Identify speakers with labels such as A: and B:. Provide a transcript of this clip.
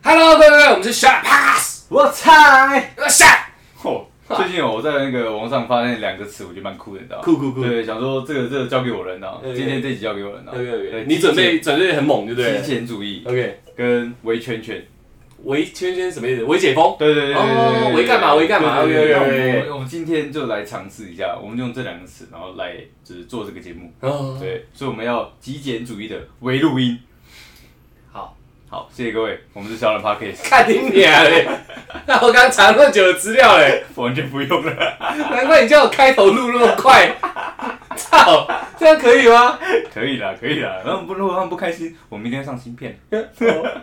A: Hello，各位，我们是 Shut Pass，
B: 我猜，
A: 呃 Shut。
C: 哦，最近有我在那个网上发现两个词，我觉得蛮酷的，你知道吗？
B: 酷酷酷
C: 对，想说这个这个交给我人啊，
B: 对对
C: 今天这集交给我人啊。
B: 有有有，
C: 对
B: 你准备准备很猛，对不
C: 极
B: 对
C: 简主义
B: ？OK，
C: 跟围圈圈，
B: 围圈圈什么意思？围解封？
C: 对对对对对
B: 哦
C: 对对对
B: 围干嘛围干嘛
C: 对对对
B: 有有有
C: 对
B: 有
C: 那
B: 有
C: 我们我们今天就来尝试一下，我们用这两个词，然后来就是做这个节目。
B: 哦，
C: 对，所以我们要极简主义的围录音。
B: 好，
C: 好，谢谢各位，我们是小懒 Pockets，
B: 看你俩嘞， 那我刚查那么久的资料哎嘞，
C: 完全不用了，
B: 难怪你叫我开头录那么快，操，这样可以吗？
C: 可以啦，可以啦。然后不，如果他们不开心，我们明天上新片。
B: 哦